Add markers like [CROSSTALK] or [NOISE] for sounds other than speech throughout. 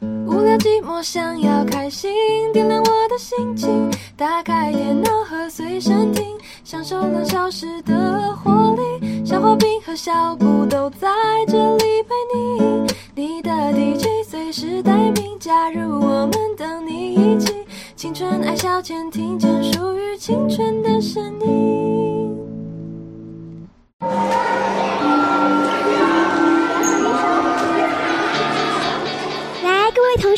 掉寂寞，想要开心，点亮我的心情，打开电脑和随身听，享受两小时的活力。小花瓶和小布都在这里陪你，你的 DJ 随时待命，加入我们，等你一起。青春爱消遣，听见属于青春的声音。来，各位同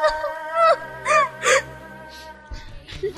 啊！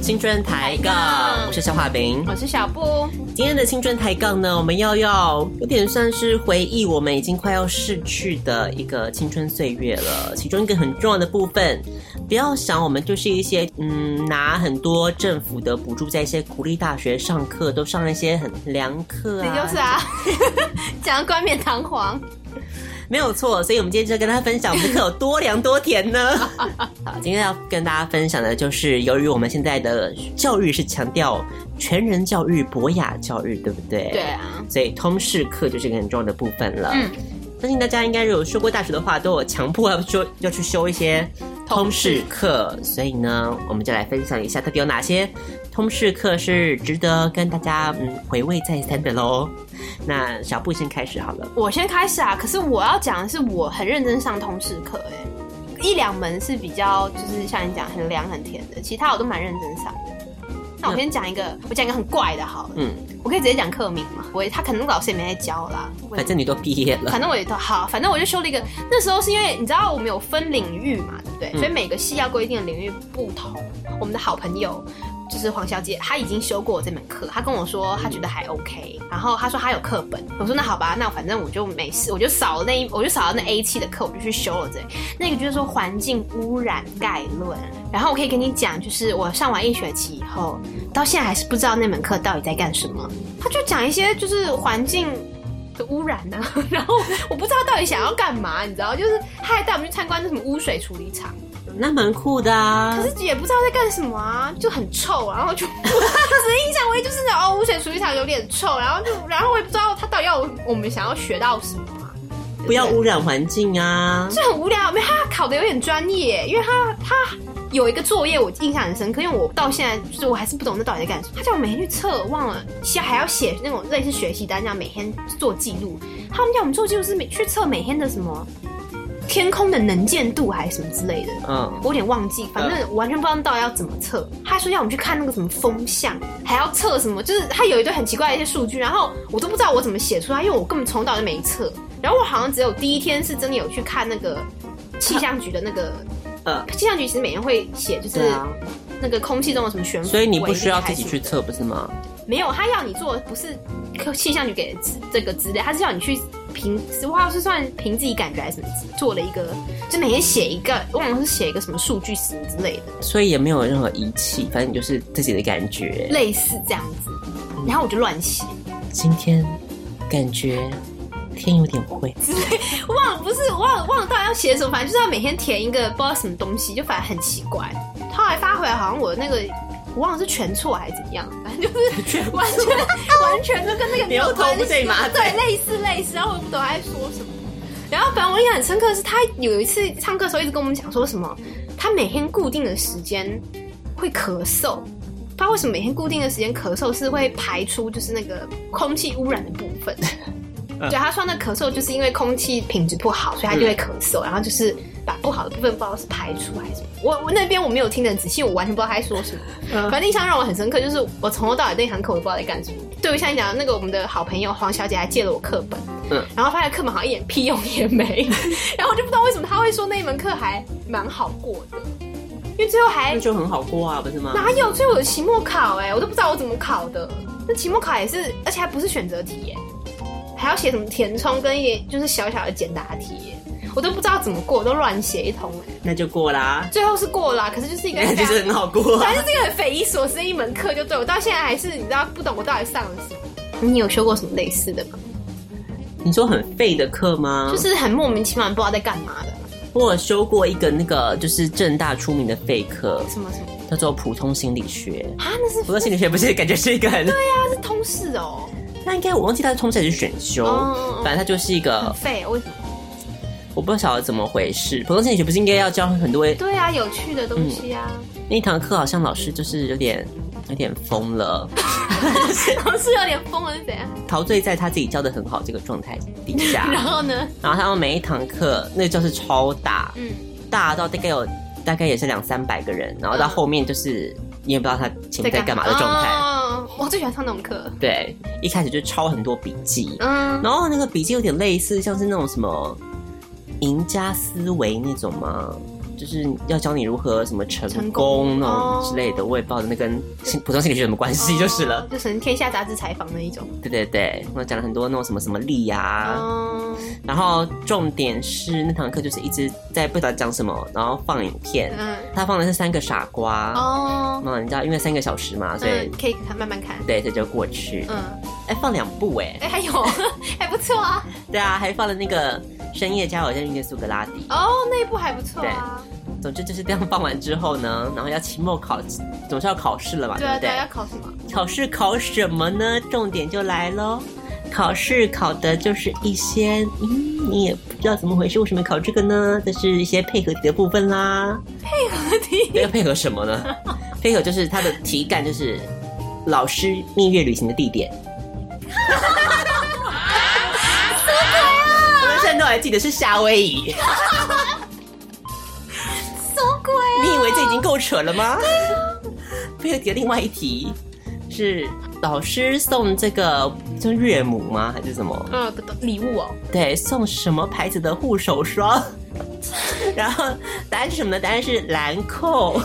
青春抬杠，我是小画饼。我是小布，今天的青春抬杠呢，我们要要有点算是回忆我们已经快要逝去的一个青春岁月了。其中一个很重要的部分，不要想我们就是一些嗯拿很多政府的补助，在一些国立大学上课，都上一些很凉课你啊，就 [LAUGHS] 是啊，讲得冠冕堂皇。没有错，所以我们今天就跟大家分享我们的课有多凉多甜 [LAUGHS] 呢。好，今天要跟大家分享的就是，由于我们现在的教育是强调全人教育、博雅教育，对不对？对。啊，所以通识课就是一个很重要的部分了。嗯，相信大家应该如果有修过大学的话，都有强迫要修要去修一些通识课，所以呢，我们就来分享一下到底有哪些通识课是值得跟大家嗯回味再三的喽。那小布先开始好了，我先开始啊。可是我要讲的是，我很认真上通识课，哎，一两门是比较就是像你讲很凉很甜的，其他我都蛮认真上的。那我先讲一个，我讲一个很怪的好了，嗯，我可以直接讲课名嘛？我他可能老师也没在教啦，我也反正你都毕业了反，正我也都好，反正我就修了一个。那时候是因为你知道我们有分领域嘛，对不对？嗯所以每个系要规定的领域不同。我们的好朋友就是黄小姐，她已经修过这门课，她跟我说她觉得还 OK，然后她说她有课本，我说那好吧，那反正我就没事，我就少了那一，我就少了那 A 期的课，我就去修了这。那个就是说环境污染概论，然后我可以跟你讲，就是我上完一学期以后，到现在还是不知道那门课到底在干什么。他就讲一些就是环境的污染呢、 [LAUGHS] 然后我不知道他到底想要干嘛，你知道？就是他还带我们去参观那什么污水处理厂，那蛮酷的啊可。是也不知道在干什么啊，就很臭，然后就 [LAUGHS] 我只是印象唯一就是那种哦污水处理厂有点臭，然后就然后我也不知道他到底要我我们想要学到什么啊。不要污染环境啊！这很无聊，没有他考的有点专业，因为他他有一个作业我印象很深刻，因为我到现在就是我还是不懂那到底在干什么。他叫我每天去测，忘了写还要写那种类似学习单这样，每天做记录。他们叫我们做记录是每去测每天的什么天空的能见度还是什么之类的。嗯，我有点忘记，反正我完全不知道到底要怎么测。他说要我们去看那个什么风向，还要测什么，就是他有一堆很奇怪的一些数据，然后我都不知道我怎么写出来，因为我根本从头到尾都没测。然后我好像只有第一天是真的有去看那个啊气象局的那个，呃，气象局其实每天会写就是对啊，那个空气中有什么悬浮，所以你不需要自己去，测，不是吗？没有，他要你做的不是气象局给的资这个资料，他是要你去凭，我好像是算凭自己感觉还是什么，做了一个，就每天写一个，忘了是写一个什么数据什么之类的。所以也没有任何仪器，反正你就是自己的感觉。类似这样子，然后我就乱写，今天感觉天有点灰，忘了不是忘了忘了到底要写什么，反正就是要每天填一个不知道什么东西，就反正很奇怪。后来发回来好像我那个我忘了是全错还是怎么样，反 [LAUGHS] 正就是完全完全就跟那个没有牛头关不系对马嘴对，类似类似，然后我也不懂他在说什么。然后，反正我印象很深刻的是，他有一次唱歌的时候，一直跟我们讲说什么，他每天固定的时间会咳嗽。不知道为什么每天固定的时间咳嗽是会排出就是那个空气污染的部 [LAUGHS] 分。嗯对，他说那咳嗽就是因为空气品质不好，所以他就会咳嗽，然后就是把不好的部分不知道是排出还是什么。我我那边我没有听得很仔细，我完全不知道他在说什么。嗯反正印象让我很深刻，就是我从头到尾那堂课我都不知道在干什么。对，我像你讲的那个我们的好朋友黄小姐还借了我课本，嗯然后发现课本好像一点屁用也没， [LAUGHS] 然后我就不知道为什么他会说那一门课还蛮好过的，因为最后还那就很好过啊，不是吗？哪有？所以我有期末考哎、我都不知道我怎么考的。那期末考也是，而且还不是选择题耶、还要写什么填充跟也就是小小的简答题耶、我都不知道怎么过，我都乱写一通哎、那就过啦，最后是过啦，可是 [LAUGHS] 就是一个非其实常，很好过啊反。正这个很匪夷所思的一门课就对我到现在还是你知道不懂我到底上了什么。你有修过什么类似的吗？你说很废的课吗？就是很莫名其妙，不知道在干嘛的，我有修过一个那个就是正大出名的废课，什么什么叫做普通心理学。啊？那是普通心理学不是感觉是一个很……那是通识哦，那应该我忘记它是通识还是选修嗯嗯嗯，反正它就是一很 [LAUGHS] 个废，为什么？我不晓得怎么回事。普通心理学不是应该要教很多？对啊，有趣的东西啊。那一堂课好像老师就是有点有点疯了， [LAUGHS] 同事有点疯了是怎样？陶醉在他自己教的很好这个状态底下。 [LAUGHS] 然后呢？然后他们每一堂课，那个教室超大，嗯，大到大概有大概也是两三百个人，然后到后面就是你也不知道他前面在干嘛的状态。哦我最喜欢上那种课。对，一开始就抄很多笔记，嗯，然后那个笔记有点类似像是那种什么赢家思维那种嘛，就是要教你如何什么成成功功那哦种之类的。我也不知道那跟心普通心理学有什么关 [LAUGHS] 系，就是了哦。就是《天下》杂志采访那一种。对对对，我讲了很多那种什么什么力呀、嗯然后重点是那堂课就是一直在不知道讲什么，然后放影片，嗯他放的是三个傻瓜，哦，那、你知道因为三个小时嘛，所以、嗯，可以看慢慢看。对，所以就过去，嗯，哎、放两部哎、哎，还有 [LAUGHS] 还不错啊。对啊，还放了那个深夜加油站遇见苏格拉底，哦，那一部还不错啊。总之就是这样放完之后呢， [LAUGHS] 然后要期末考，总是要考试了嘛，对不啊，对对？啊，要考什么？考试考什么呢？重点就来喽。考试考的就是一些，嗯，你也不知道怎么回事，为什么考这个呢？这是一些配合题的部分啦。配合题 [LAUGHS] 要配合什么呢？配合就是它的题干就是老师蜜月旅行的地 [LAUGHS] 点。我到现在都还记得是夏威夷。什么鬼？啊你以为这已经够扯了吗？配合题的另外一题是老师送这个就岳母吗？还是什么？嗯，不懂礼物哦。对，送什么牌子的护手霜？ [LAUGHS] 然后答案是什么呢？答案是兰蔻。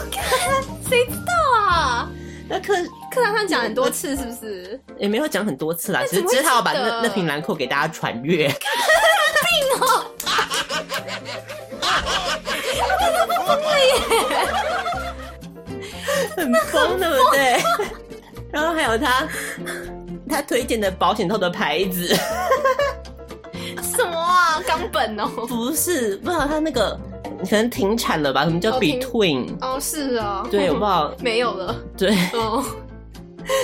谁知道啊？那课课堂上讲很多次是不是？也没有讲很多次啦，只怎是么只会是他要把记得那那瓶兰蔻给大家传阅。 [LAUGHS] 很疯，对不对？然后还有他他推荐的保险套的牌子，什么啊？冈本哦。不是不知道他那个可能停产了吧？什么叫哦停 Between？、 [LAUGHS] 哦，是哦。对，我不知道，没有了。对，哦，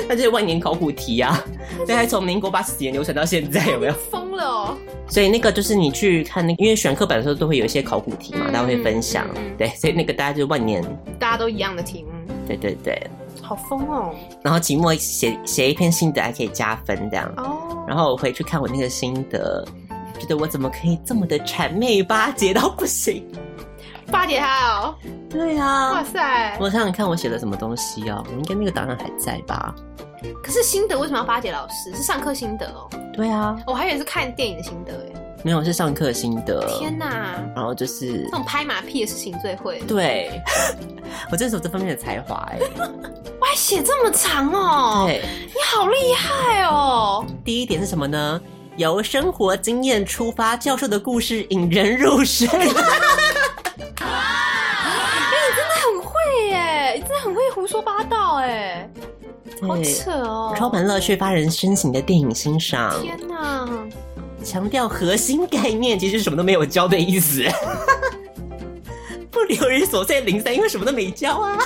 那就是万年考古题 [LAUGHS] 啊，对，还从民国八十几年流传到现在，有没有？疯了哦。所以那个就是你去看那个，因为选课本的时候都会有一些考古题嘛，嗯大家会分享嗯嗯，对，所以那个大家就是万年，大家都一样的题嗯目。对对对。好疯哦！然后期末写写一篇心得还可以加分这样，哦，然后我回去看我那个心得，觉得我怎么可以这么的谄媚巴结到不 [LAUGHS] 行？巴结他哦！对哇啊，塞！我想想看我写了什么东西哦，我应该那个档案还在吧？可是心得为什么要巴结老师？是上课心得哦，对啊，我还以为是看电影的心得哎！没有是上课心得，天哪，然后就是这种拍马屁的事情最会。对， [LAUGHS] 我真的是有这方面的才华哎、哇，写这么长哦，对。你好厉害哦！第一点是什么呢？由生活经验出发，教授的故事引人入胜。真的很会耶，你真的很会胡说八道哎，好扯哦！充满乐趣，发人深省的电影欣赏，天哪，强调核心概念，其实什么都没有教的意思。 [LAUGHS] 不流于琐碎零散，因为什么都没教啊。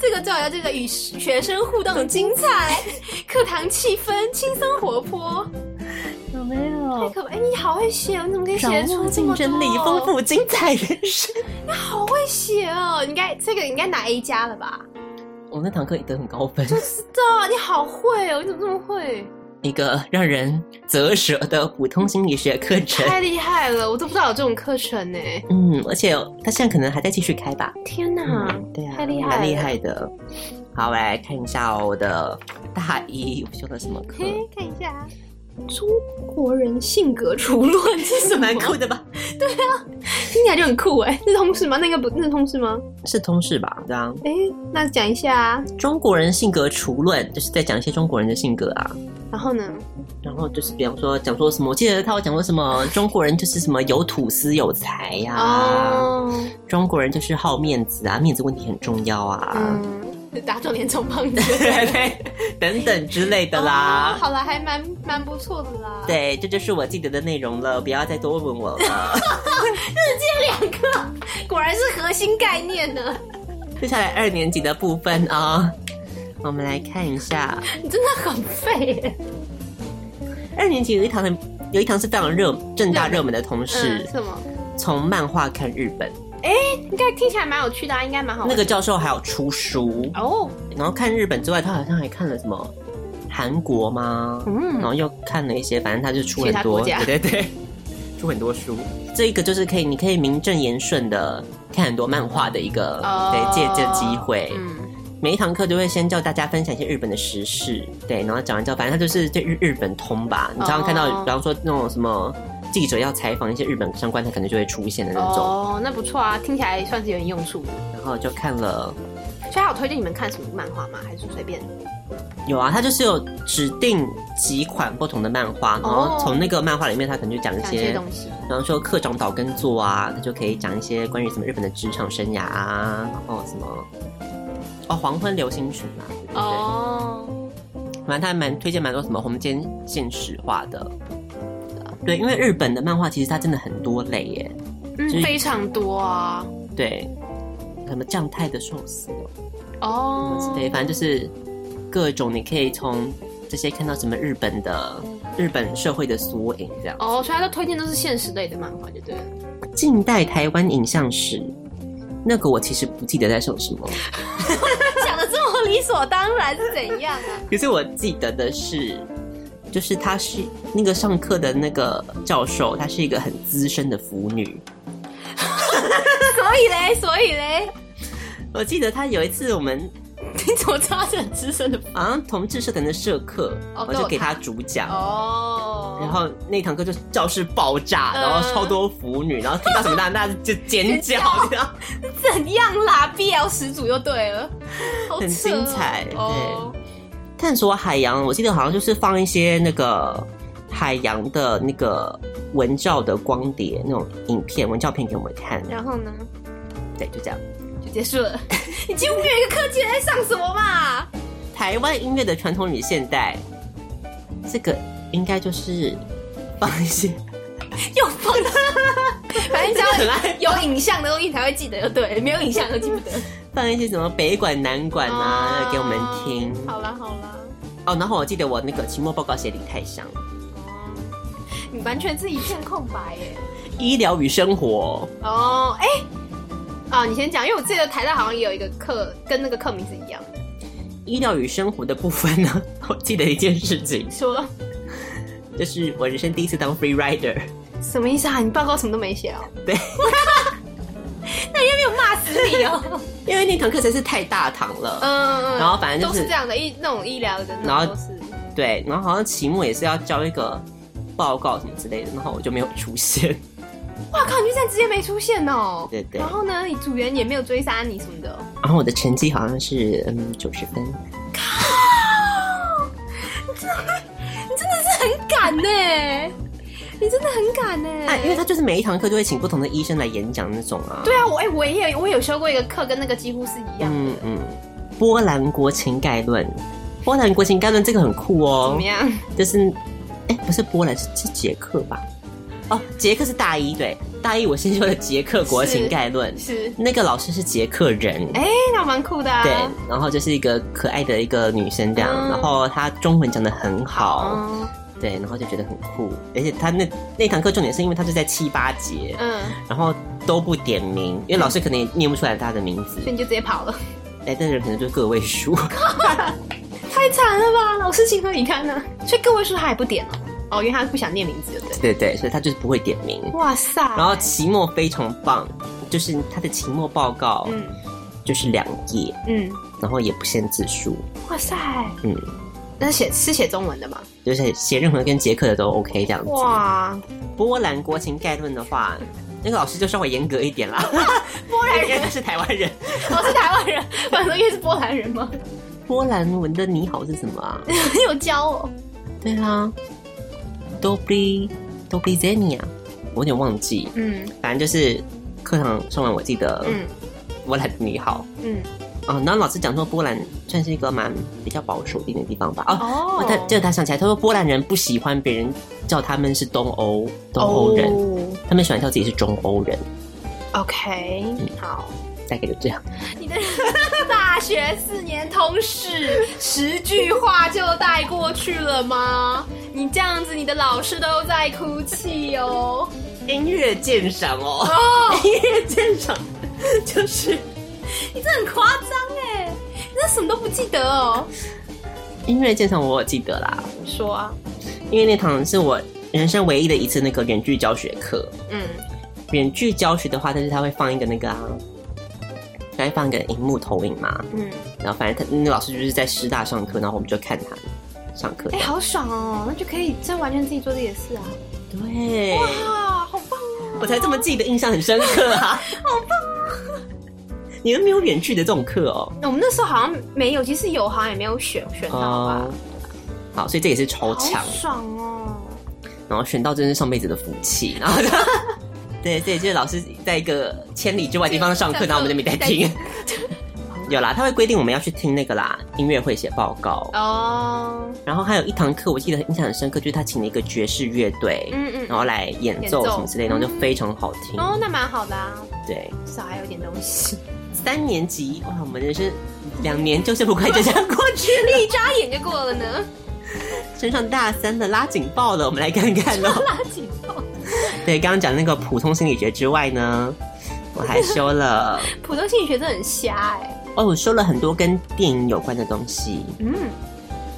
这个最好要这个 [LAUGHS] 与学生互动精彩，课堂气氛轻松活泼。然没太有。可怕！哎、你好会写，你怎么可以掌写出握这么竞争多力，丰富精彩人生。你好会写哦！你应该这个你应该拿 A 加了吧？我那堂课得很高分，知道，你好会哦！你怎么这么 [LAUGHS] 会？一个让人啧舌的普通心理学课程。太厉害了，我都不知道有这种课程呢！嗯，而且他现在可能还在继续开吧。天哪，嗯，对啊，太厉害了蛮厉害的。好，我来看一下哦我的大一我修了什么课，嘿，看一下中国人性格除论，这是什这 [LAUGHS] 么蛮酷的吧？听起来就很酷哎，是通识吗？那个不，那是通识吗？是通识吧？对啊，哎，那讲一下啊，中国人性格除论，就是在讲一些中国人的性格啊。然后呢？然后就是，比方说讲说什么，我记得他有讲过什么，中国人就是什么有土司有财呀、哦，中国人就是好面子啊，面子问题很重要啊， [LAUGHS] 嗯，打肿脸充胖子 [LAUGHS] 等等之类的啦。哦好了，还蛮蛮不错的啦。， [LAUGHS] 对，这就是我记得的内容了，不要再多问我了。两个果然是核心概念呢。接下来二年级的部分啊、我们来看一下，你真的很废耶。二年级有一堂很有一堂是非常热正大热门的同事嗯，什么？从漫画看日本，应该听起来蛮有趣的、啊，应该蛮好玩那的。个教授还有出书，哦，然后看日本之外，他好像还看了什么韩国吗？嗯然后又看了一些，反正他就出很其他多，国对家对对，出很多书。这一个就是可以，你可以名正言顺的看很多漫画的一个、哦对借这机会。嗯，每一堂课就会先叫大家分享一些日本的时事，对，然后讲完之后，反正他就是对日日本通吧。你常常看到，哦比方说那种什么记者要采访一些日本相关的，可能就会出现的那种。哦，那不错啊，听起来算是有点用处的。然后就看了，所以他有推荐你们看什么漫画吗？还是随便？有啊，他就是有指定几款不同的漫画，然后从那个漫画里面，他可能就讲一哦讲一些些，东西。比方说课长岛根座啊，他就可以讲一些关于什么日本的职场生涯啊，然后什么。哦，黄昏流星群啊，对对对，哦，反正他还蛮推荐蛮多什么红间现实化的。对，因为日本的漫画其实它真的很多类耶，就是嗯，非常多啊。对，什么酱太的寿司哦，哦，对，反正就是各种你可以从这些看到什么日本的日本社会的缩影这样。哦，所以他的推荐都是现实类的漫画，就对了。近代台湾影像史，那个我其实不记得在说什么，讲的这么理所当然是怎样啊？可是我记得的是。就是她是那个上课的那个教授，她是一个很资深的腐女， [LAUGHS] 所以嘞，所以嘞， [LAUGHS] 我记得他有一次我们你怎么知道他是很资深的？好像同志社团的社课，哦我都就有给他他主讲。哦，然后那堂课就教室爆炸，嗯然后超多腐女，然后听到什么 [LAUGHS] 大大家就尖叫，然后怎样啦？BL 始祖就对了，好扯哦很精彩哦。探索海洋。我记得好像就是放一些那个海洋的那个文教的光碟那种影片、文教片给我们看。然后呢，对，就这样。就结束了。 [LAUGHS] 你进入一个科技在上什么嘛？台湾音乐的传统与现代，这个应该就是放一些又疯 [LAUGHS] 了，反正真只的很爱要有影像的东西才会记得，就对了，没有影像都记不 [LAUGHS] 得。哦放一些什么北管、南管啊，给我们听。好啦好啦，哦，然后我记得我那个期末报告写李泰祥，你完全是一片空白耶。医疗与生活，哦，哎、啊，你先讲，因为我记得台大好像也有一个课跟那个课名字一样，医疗与生活的部分呢， [LAUGHS] 我记得一件事情，说就是我人生第一次当 free rider，什么意思啊？你报告什么都没写哦？ [LAUGHS] 对，那也没有骂死你哦。因为那堂课实在是太大堂了，嗯嗯，然后反正就都是是这样的，医那种医疗的，然后都是。对，然后好像期末也是要交一个报告什么之类的，然后我就没有出现， [LAUGHS] 哇靠！你居然直接没出现哦。对对然后呢，你组员也没有追杀你什么的 [LAUGHS] 哦。然后我的成绩好像是嗯九十分，你真的是很敢呢、你真的很敢呢、哎，因为他就是每一堂课都会请不同的医生来演讲那种啊，对啊，我哎、我也有我也有修过一个课，跟那个几乎是一样的。嗯嗯，波兰国情概论，波兰国情概论这个很酷哦，怎么样？就是，哎，不是波兰，是是捷克吧？哦，捷克是大一，对，大一我先修的捷克国情概论，是那个老师是捷克人，哎、那蛮酷的啊。对，然后就是一个可爱的一个女生这样，嗯然后她中文讲的很好，嗯，对，然后就觉得很酷，而且他那那堂课重点是因为他是在七八节，嗯，然后都不点名，因为老师可能也念不出来他的名字所以，你就直接跑了，哎，但人可能就个位数， [LAUGHS] 太惨了吧！老师情何以堪呢、所以各位说他也不点哦，哦，因为他不想念名字，对不对？对对，所以他就是不会点名。哇塞！然后期末非常棒，就是他的期末报告嗯就是两页，嗯，然后也不限字数，哇塞，嗯，那写是写中文的吗？就是写任何跟捷克的都 OK 这样子。 [LAUGHS] 哇，波兰国情概论的话，那个老师就稍微严格一点啦。 [LAUGHS] 波兰人是台湾人，我哦是台湾人，反正也是波兰人吗？波兰文的你好是什么啊？你 [LAUGHS] 有教哦我？对啊啦 d o b l i d o b l i z e n i a 我有点忘记，嗯反正就是课堂上完我记得，嗯波兰你好。嗯，哦，然后老师讲说波兰算是一个蛮比较保守一点的地方吧。哦，哦他这个他想起来，他说波兰人不喜欢别人叫他们是东欧东欧人，他们喜欢叫自己是中欧人， OK，好，大概就这样。你的 [LAUGHS] 大学四年通识十句话就带过去了吗？你这样子，你的老师都在哭泣 [LAUGHS] 哦。音乐鉴赏哦，哦，音乐鉴赏就是你这很夸张哎，你这什么都不记得哦。音乐鉴赏，我有记得啦，说啊，因为那堂是我人生唯一的一次那个远距教学课。嗯，远距教学的话，但是他会放一个那个啊，他会放一个荧幕投影嘛，嗯，然后反正他那个老师就是在师大上课，然后我们就看他上课哎、。好爽哦，那就可以真完全自己做自己的事啊。对，啊，好棒哦！我才这么记得，印象很深刻啊， [LAUGHS] 好棒啊！你们没有远距的这种课哦，我们那时候好像没有，其实有好像也没有选选到吧。哦，好，所以这也是超强好，爽哦！然后选到真是上辈子的福气，然 [LAUGHS] 后就。对对，就是老师在一个千里之外地方上课，然后我们就没在听。 [LAUGHS] 有啦，他会规定我们要去听那个啦音乐会写报告，哦，然后还有一堂课我记得印象很深刻，就是他请了一个爵士乐队，嗯嗯然后来演奏演奏什么之类，然后就非常好听。哦，那蛮好的啊，对，至少还有点东西。三年级哇，我们人生两年就是不快就这样过去了，一眨眼就过了呢， [LAUGHS] 升上大三了，拉警报了，我们来看看喽。拉警报。对，刚刚讲那个普通心理学之外呢，我还修了，普通心理学真的很瞎哎、哦，我修了很多跟电影有关的东西。嗯，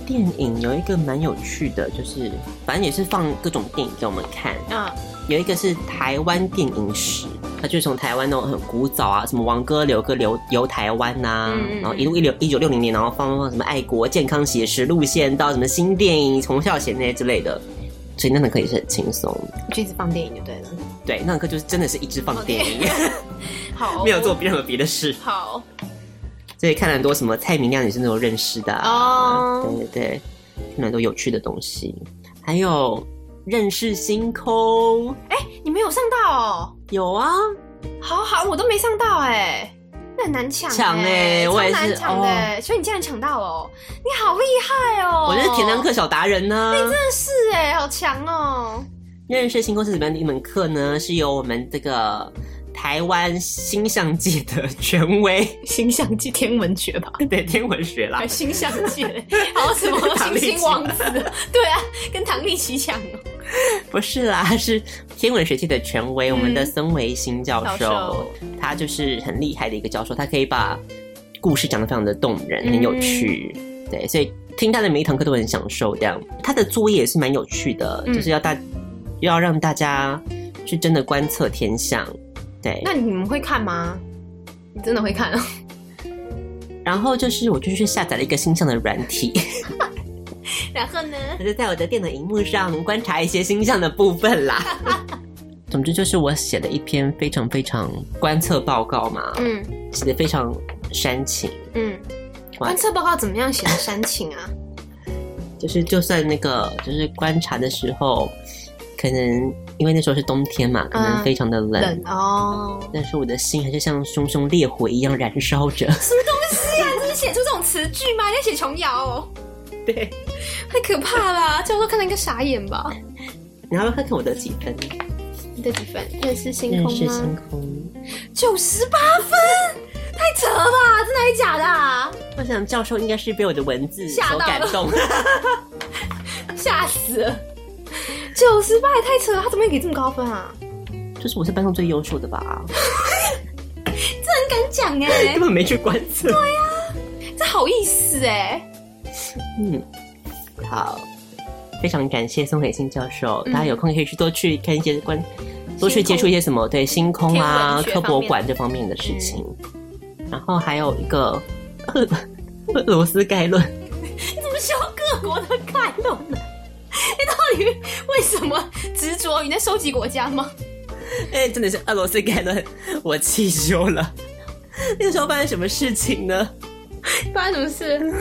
电影有一个蛮有趣的，就是反正也是放各种电影给我们看。啊，有一个是台湾电影史，它就是从台湾那种很古早啊，什么王哥、刘哥流游台湾呐、嗯然后一路一六一九六零年，然后放放什么爱国、健康、写实路线，到什么新电影、从校写那些之类的。所以那堂课也是很轻松，就一直放电影就对了。对，那堂课就是真的是一直放电哦影，[LAUGHS] 好，没有做任何别的事。好所以看了很多什么蔡明亮也是那种认识的、啊，哦，对对对，看了很多有趣的东西，还有认识星空，你没有上到哦，有啊，好好，我都没上到哎、那很难抢、欸，抢欸超我也是难抢的、欸，所以你竟然抢到哦，你好厉害哦！我就是田堂课小达人呢、真的是哎、好强哦！认识星空是怎么样的一门课呢？是由我们这个台湾星象界的权 [LAUGHS] 威，星象界天文学 [LAUGHS] 吧，对天文学啦还，星象界，还有什么星星王 [LAUGHS] 子？对啊，跟唐立奇抢哦。不是啦，是天文学界的权威，我们的孙维新教授，教授他就是很厉害的一个教授，他可以把故事讲得非常的动人，嗯很有趣，对，所以听他的每一堂课都很享受。这样，他的作业也是蛮有趣的，嗯就是要大要让大家去真的观测天象，对。那你们会看吗？你真的会看、哦？然后就是我就去下载了一个星象的软体。 [LAUGHS] 然后呢？我就在我的电脑荧幕上观察一些星象的部分啦。 [LAUGHS] 总之就是我写了一篇非常非常观测报告嘛，嗯写的非常煽情，嗯，哇观测报告怎么样写的煽情啊？就是就算那个就是观察的时候，可能因为那时候是冬天嘛，可能非常的嗯冷，冷 [LAUGHS] 哦。但是我的心还是像熊熊烈火一样燃烧着。对啊，你真的写出这种词句吗？你在写琼瑶哦， [LAUGHS] 对，太可怕啦！教授看了应该傻眼吧？然后看看我得几分，你得几分？认识星认空识吗嗯星？空。九十八分，太扯了吧？真的还假的、啊？我想教授应该是被我的文字 [LAUGHS] 吓所到感了动。吓死了！九十八也太扯了，他怎么会给这么高分啊？就是我是班上最优秀的吧，这很敢讲哎、根本没去观测。这好意思哎、嗯，好，非常感谢宋海信教授，嗯大家有空可以去多去看一些关，多去接触一些什么对星空啊、天文学科方面博馆这方面嗯的事情。然后还有一个俄 [LAUGHS] 俄罗斯概论，你怎么修各国的概论呢？你到底为什么执着？你在收集国家吗？ [LAUGHS] 哎、真的是俄罗斯概论， [LAUGHS] 我气休了。 [LAUGHS] 那时候发生什么事情呢？发生什么事？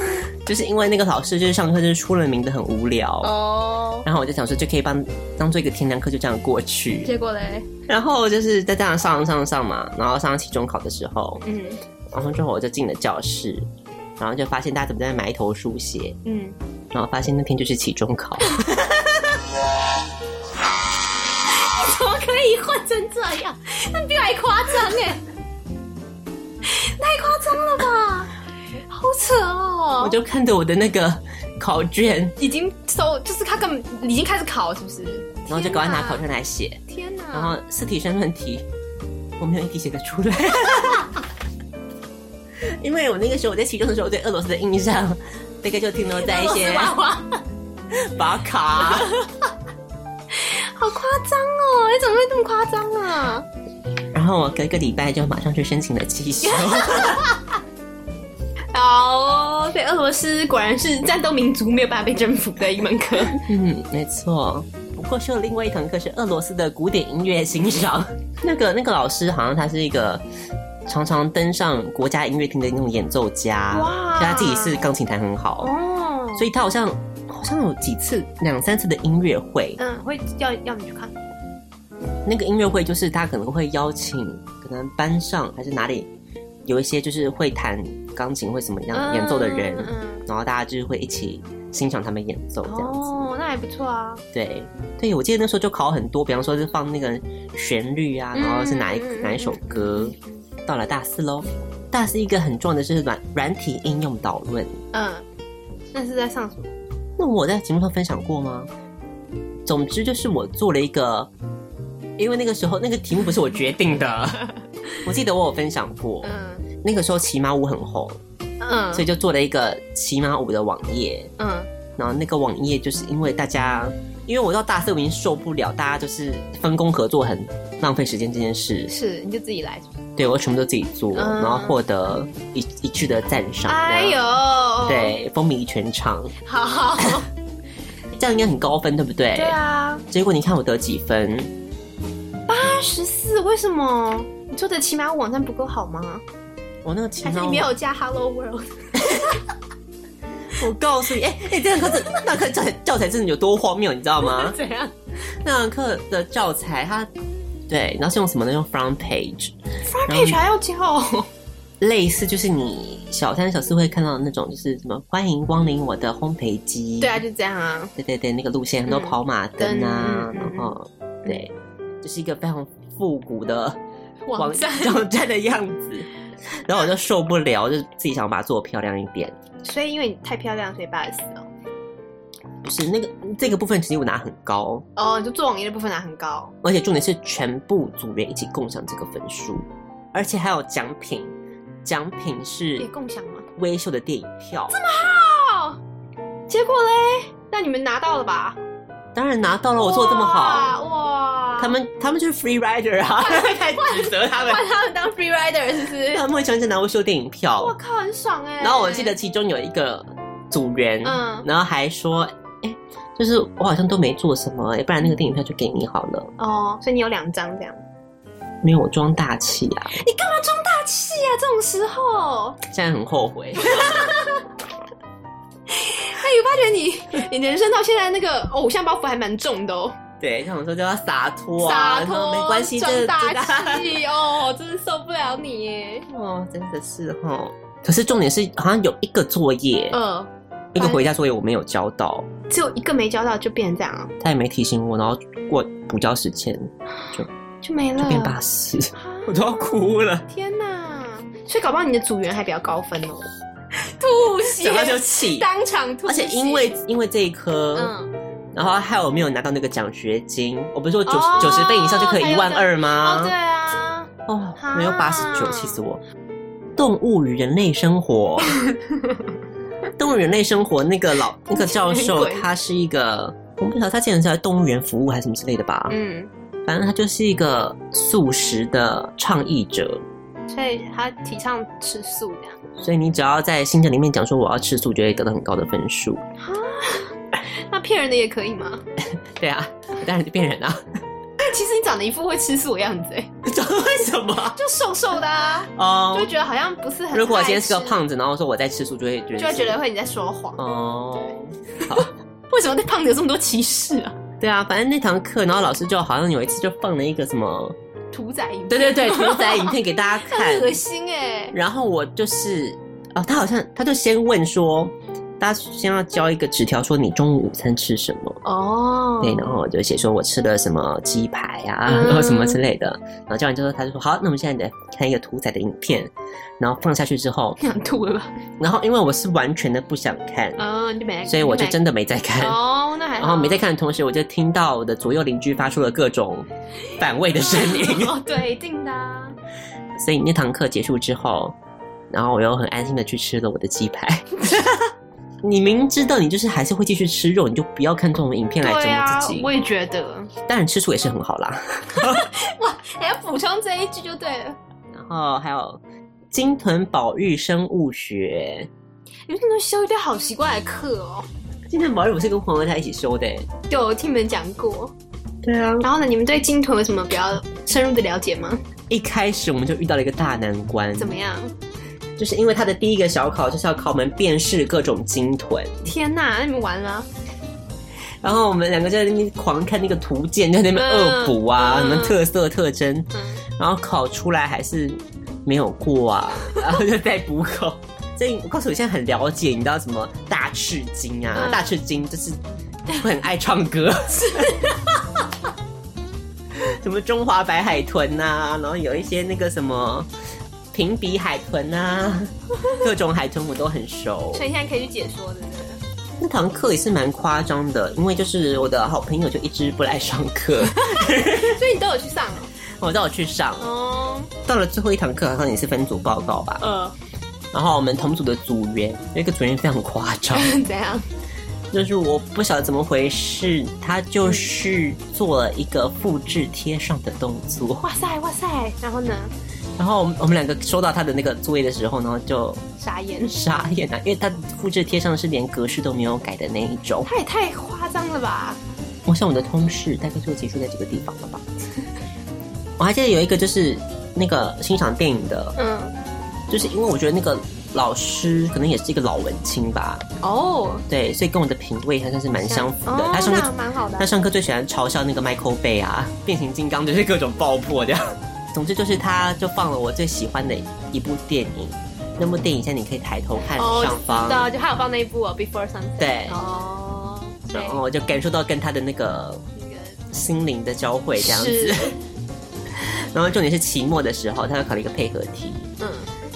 就是因为那个老师就是上课就是出了名的很无聊，哦，然后我就想说就可以帮当做一个天堂课就这样过去。结果嘞，然后就是在这样上上上嘛，然后上期中考的时候，嗯然后之后我就进了教室，然后就发现大家怎么在埋头书写，嗯，然后发现那天就是期中考，怎么可以混成这样？那比我还夸张哎，太夸张了 [LAUGHS] 吧？好扯哦！ [LAUGHS] 我就看着我的那个考卷，已经收，就是他根本已经开始考了，是不是？然后就赶快拿考卷来写，天哪！然后四题申论题，我没有一题写得出来。嗯 [LAUGHS] 因为我那个时候我在期中的时候，我对俄罗斯的印象大概就停留在一些俄罗斯娃娃，巴卡， [LAUGHS] 好夸张哦！你怎么会这么夸张啊？然后我隔一个礼拜就马上去申请了期 [LAUGHS] 修。 [LAUGHS] 好哦，对，俄罗斯果然是战斗民族没有办法被征服的一门课。嗯，没错。不过修了另外一堂课是俄罗斯的古典音乐欣赏， [LAUGHS] 那个那个老师好像他是一个常常登上国家音乐厅的那种演奏家，哇就他自己是钢琴弹很好，哦，所以他好像好像有几次两三次的音乐会，嗯，会要要你去看。那个音乐会就是他可能会邀请可能班上还是哪里有一些就是会弹钢琴或什么样演奏的人，嗯嗯然后大家就是会一起欣赏他们演奏这样子。哦，那还不错啊。对对，我记得那时候就考很多，比方说是放那个旋律啊，嗯然后是哪一、嗯哪一首歌。到了大四喽，大四一个很重要的就是软软体应用导论。嗯，那是在上什么？那我在节目上分享过吗？总之就是我做了一个，因为那个时候那个题目不是我决定的， [LAUGHS] 我记得我有分享过。嗯那个时候骑马舞很红，嗯，所以就做了一个骑马舞的网页。嗯然后那个网页就是因为大家，因为我到大四我已经受不了，大家就是分工合作很浪费时间这件事，是你就自己来。是不是对我全部都自己做，嗯然后获得一一致的赞赏，哎这呦样，，，对，风靡全场，[LAUGHS] 好好，这样应该很高分，对不对？对啊，结果你看我得几分？八十四，为什么？你做的骑马舞网站不够好吗？我那个情还是况你没，有加 Hello [LAUGHS] World？？我告诉你，哎、哎、这堂课这那堂课教材教材真的有多荒谬，你知道吗怎样？那堂课的教材它对，然后是用什么呢？用 front page，那配曲还要教哦？类似就是你小三小四会看到的那种，就是什么欢迎光临我的烘焙机， [LAUGHS] 对啊，就这样啊。对对对，那个路线很多跑马灯啊，灯嗯嗯嗯然后对，就是一个非常复古的网站，网站的样子。然后我就受不了，就自己想把它做得漂亮一点。所以因为你太漂亮，所以八十四哦。不是那个这个部分，其实我拿很高，哦，你就做网页的部分拿很高，而且重点是全部组员一起共享这个分数，而且还有奖品，奖品也是共享吗？微秀的电影票。哦，结果嘞，那你们拿到了吧？当然拿到了，我做的这么好。哇，哇他们啊他们就是 free rider 啊，太指责他们，把他们当 free rider 是不是？他们会喜欢去拿我秀电影票我。靠，很爽哎、然后我记得，其中有一个组员，嗯然后还说，哎、就是我好像都没做什么、哎，不然那个电影票就给你好了。哦，所以你有两张这样，没有，我装大气啊，你干嘛装大气啊？这种时候，现在很后 [LAUGHS] 悔。哎，有发觉你 [LAUGHS] 你人生到现在那个偶像包袱还蛮重的哦，对，像我说就要洒脱啊，洒然后脱，没关系，装这这大气哦，真是受不了你耶。哦，真的是哦。可是重点是，好像有一个作业，呃，一个回家作业我没有交到，只有一个没交到就变成这样啊，他也没提醒我，然后过补交时间就没了就。变八十，啊我都要哭了。天哪！所以搞不好你的组员还比较高分哦。吐血讲到就气。当场吐而血且因为因为这一科，嗯然后还有没有拿到那个奖学金？我不是说九哦九十分以上就可以还一有万二吗？哦，对啊，哦，啊没有八十九，气死我！动物与人类生 [LAUGHS] 活，动物与人类生活那个老那个教授，鬼他是一个我不晓得他之前是在动物园服务还是什么之类的吧，嗯，反正他就是一个素食的倡议者。所以他提倡吃素的。所以你只要在新闻里面讲说我要吃素，就会得到很高的分数。那骗人的也可以吗？对啊，我当然是骗人啊！其实你长得一副会吃素的样子，哎， [LAUGHS] 这为什么？就瘦瘦的啊，哦就会觉得好像不是很。如果我今天是个，胖子，然后说我在吃素，就会觉得就会觉是得会你在说谎。哦。为什么对胖子有这么多歧视啊？对啊，反正那堂课，然后老师就好像有一次就放了一个什 [LAUGHS] 么，屠宰影片对对对，屠宰影片给大家看很。恶心哎。然后我就是，哦，他好像他就先问说，大家先要交一个纸条，说你中午午餐吃什么？哦对，然后我就写说我吃了什么鸡排啊，嗯然后什么之类的。然后教完之后，他就说好，那我们现在来看一个屠宰的影片。然后放下去之后，想吐了吧？然后因为我是完全的不想看，嗯，你就没，所以我就你真的没在没看。哦，那还好然后没在看的同时，我就听到我的左右邻居发出了各种反胃的声音。 [LAUGHS] 哦，对，一定的啊。 [LAUGHS] 所以那堂课结束之后，然后我又很安心的去吃了我的鸡排。 [LAUGHS] 你明知道你就是还是会继续吃肉，你就不要看这种影 [LAUGHS] 片来折对啊磨自己。，我也觉得。当然吃素也是很好啦。还要补充这一句就对了。然后还有鲸豚保育生物学，你们怎么修一堆好奇怪的课哦？鲸豚保育我是跟朋友在一起修的、欸。有我听你们讲过。对啊，然后呢，你们对鲸豚有什么比较深入的了解吗？一开始我们就遇到了一个大难关，怎么样？就是因为他的第一个小考就是要考我们辨识各种鲸豚，天呐，那你们完了。然后我们两个在那边狂看那个图鉴，在那边恶补啊，什嗯嗯么特色特征，嗯，然后考出来还是没有过 [LAUGHS] 啊，然后就再补考。所以我告诉你，现在很了解，你知道什么大赤鲸啊？嗯大赤鲸就是会很爱唱 [LAUGHS] 歌，什么中华白海豚呐、然后有一些那个什么平鼻海豚呐、啊 [LAUGHS] 各种海豚我都很熟。所以现在可以去解说，对不对？那堂课也是蛮夸张的，因为就是我的好朋友就一直不来上 [LAUGHS] 课， [LAUGHS] 所以你都有去上哦。我带我去上，哦，到了最后一堂课好像也是分组报告吧，呃，然后我们同组的组员有一个组员非常夸 [LAUGHS] 张， [LAUGHS] 怎样？就是我不晓得怎么回事，他就是做了一个复制贴上的动作，哇塞，哎哇塞，然后呢？然后我们我们两个收到他的那个作业的时候呢，就傻眼，傻眼了、啊因为他复制贴上是连格式都没有改的那一种。他也太夸张了吧？我想我的通识大概就结束在这个地方了吧。 [LAUGHS] 我还记得有一个就是那个欣赏电影的，嗯，就是因为我觉得那个老师可能也是一个老文青吧，哦，对，所以跟我的品味还算是蛮相符的。哦他上那课蛮好的他。上课最喜欢嘲笑那个 Michael Bay 啊，变形金刚就是各种爆破这样。 [LAUGHS] 总之就是他就放了我最喜欢的一部电影，那部电影现在你可以抬头看哦，上方，知道，就还有放那一部哦，Before Sunset。对哦，对然，后我就感受到跟他的那个那个心灵的交汇这样子是。， [LAUGHS] 然后重点是期末的时候，他要考了一个配合题，嗯，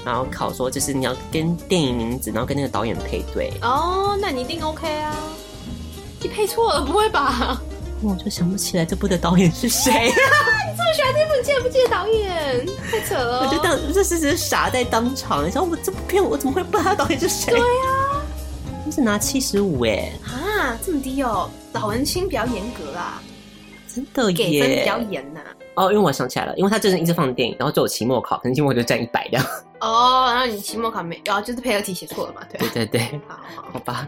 然后考说就是你要跟电影名字，然后跟那个导演配对。哦，那你一定 OK 啊。你配错了，不会吧？我哦就想不起来这部的导演是谁，这么喜欢这部，你记得不记得导演？太扯了 [LAUGHS] 哦。我就当这是是傻在当场。你知道我这部片我怎么会不知道导演是谁？对呀、啊，是拿七十五哎，啊，这么低哦，老文青比较严格啦，真的给分比耶较！严呐、哦，因为我想起来了，因为他最近一直放电影，然后就有期末考，可能期末就占一百这样。哦，然后你期末考没？哦，就是配合题写错了嘛，对对吧。对对，好 [LAUGHS] 好好吧，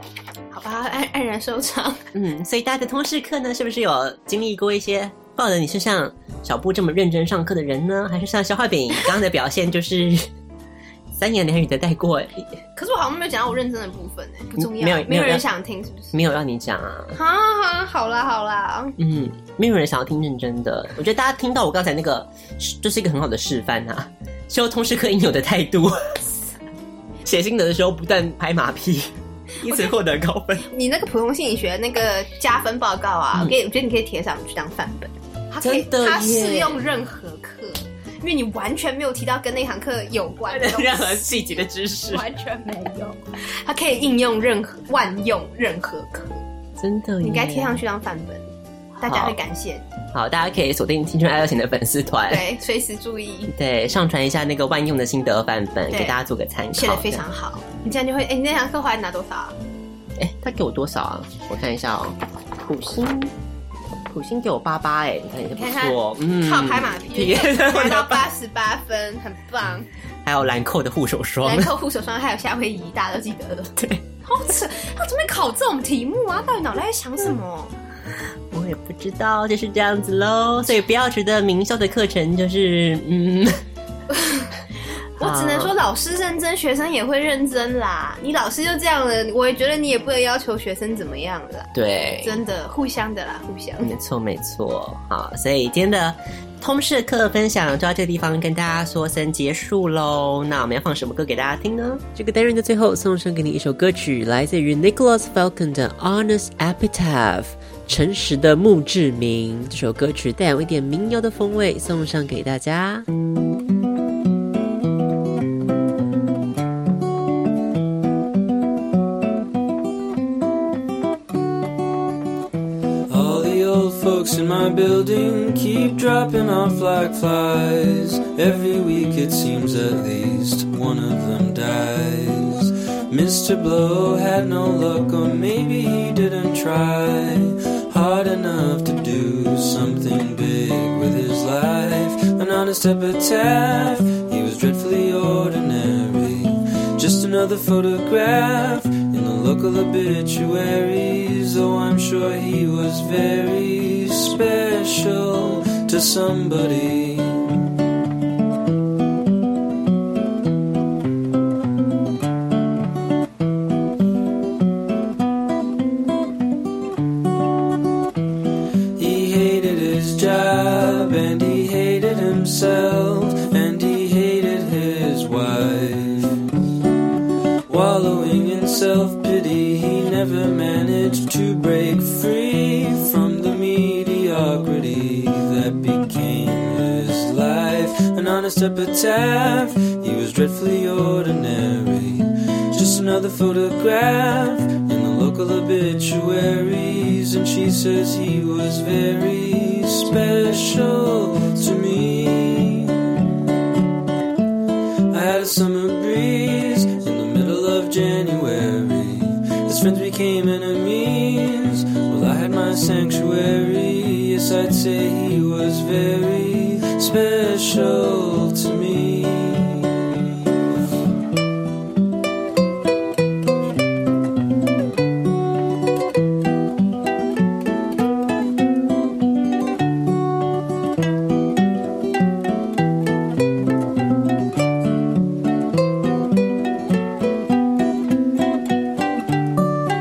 好吧，黯黯然收场。 [LAUGHS] 嗯，所以大家的通识课呢，是不是有经历过一些？抱着你是像小布这么认真上课的人呢，还是像消化饼刚刚的表现就是 [LAUGHS] 三言两语的带过，可是我好像没有讲到我认真的部分呢、不重要，没有没有人要想听是 [LAUGHS] 不是？没有让你讲啊？啊啊，好啦好啦，嗯，没有人想要听认真的。我觉得大家听到我刚才那个，就是一个很好的示范啊，修通识课应有的态度。 [LAUGHS] 写心得的时候不断拍马屁，因此获得高分。你那个普通心理学那个加分报告啊，嗯我给你我觉得你可以贴上去当范本，它可以真的它耶适用任何课，因为你完全没有提到跟那堂课有关的东西任何 [LAUGHS] 细节的知识，完全没有，它可以应用任何万用任何课。真的耶，你该贴上去当范本，大家会感谢你。好，大家可以锁定青春爱乐情的粉丝团，对，随时注意，对上传一下那个万用的心得范本，对给大家做个参考。写的非常好。你这样就会，哎、你那堂课后来拿多少啊？这样，哎、他给我多少啊？我看一下哦，普星。普星给我八八哎，你看也是看不看错，嗯，靠拍马屁， [LAUGHS] 也是拿到八十八分，很 [LAUGHS] 棒。还有兰蔻的护手霜兰，蔻护手霜还有夏威夷，大家都记得了。 [LAUGHS] 对，好扯，他准备考这种题目啊？到底脑袋在想什么？我也不知道，就是这样子喽。所以不要觉得名校的课程就是 [LAUGHS] 嗯，我只能说，老师认真，学生也会认真啦。你老师就这样了，我也觉得你也不能要求学生怎么样了啦。对，真的，互相的啦，互相。没错，没错。好，所以今天的通识课分享就到这个地方跟大家说声结束喽。那我们要放什么歌给大家听呢？这个单元的最后送上给你一首歌曲，来自于 Nicholas Falcon 的《Honest Epitaph》。诚实的墓志铭这首歌曲带有一点民谣的风味，送上给大家。 All the old folks in my building keep dropping off like flies. Every week it seems at least one of them dies. Mr. Blow had no luck, or maybe he didn't try hard enough to do something big with his life. An honest epitaph, he was dreadfully ordinary. Just another photograph in the local obituaries. Though I'm sure he was very special to somebody. He hated his job and he hated himself and he hated his wife. Wallowing in self pity, he never managed to break free from the mediocrity that became his life. An honest epitaph, he was dreadfully ordinary. Just another photograph in the local obituaries, and she says he was very special to me. I had a summer breeze in the middle of January. His friends became enemies. Well, I had my sanctuary. Yes, I'd say he was very special to me.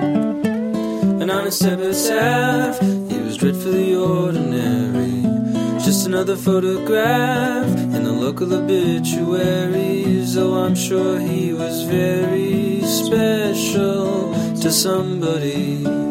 an honest epitaph. He was dreadfully ordinary. Just another photograph in the local obituaries. Though I'm sure he was very special to somebody.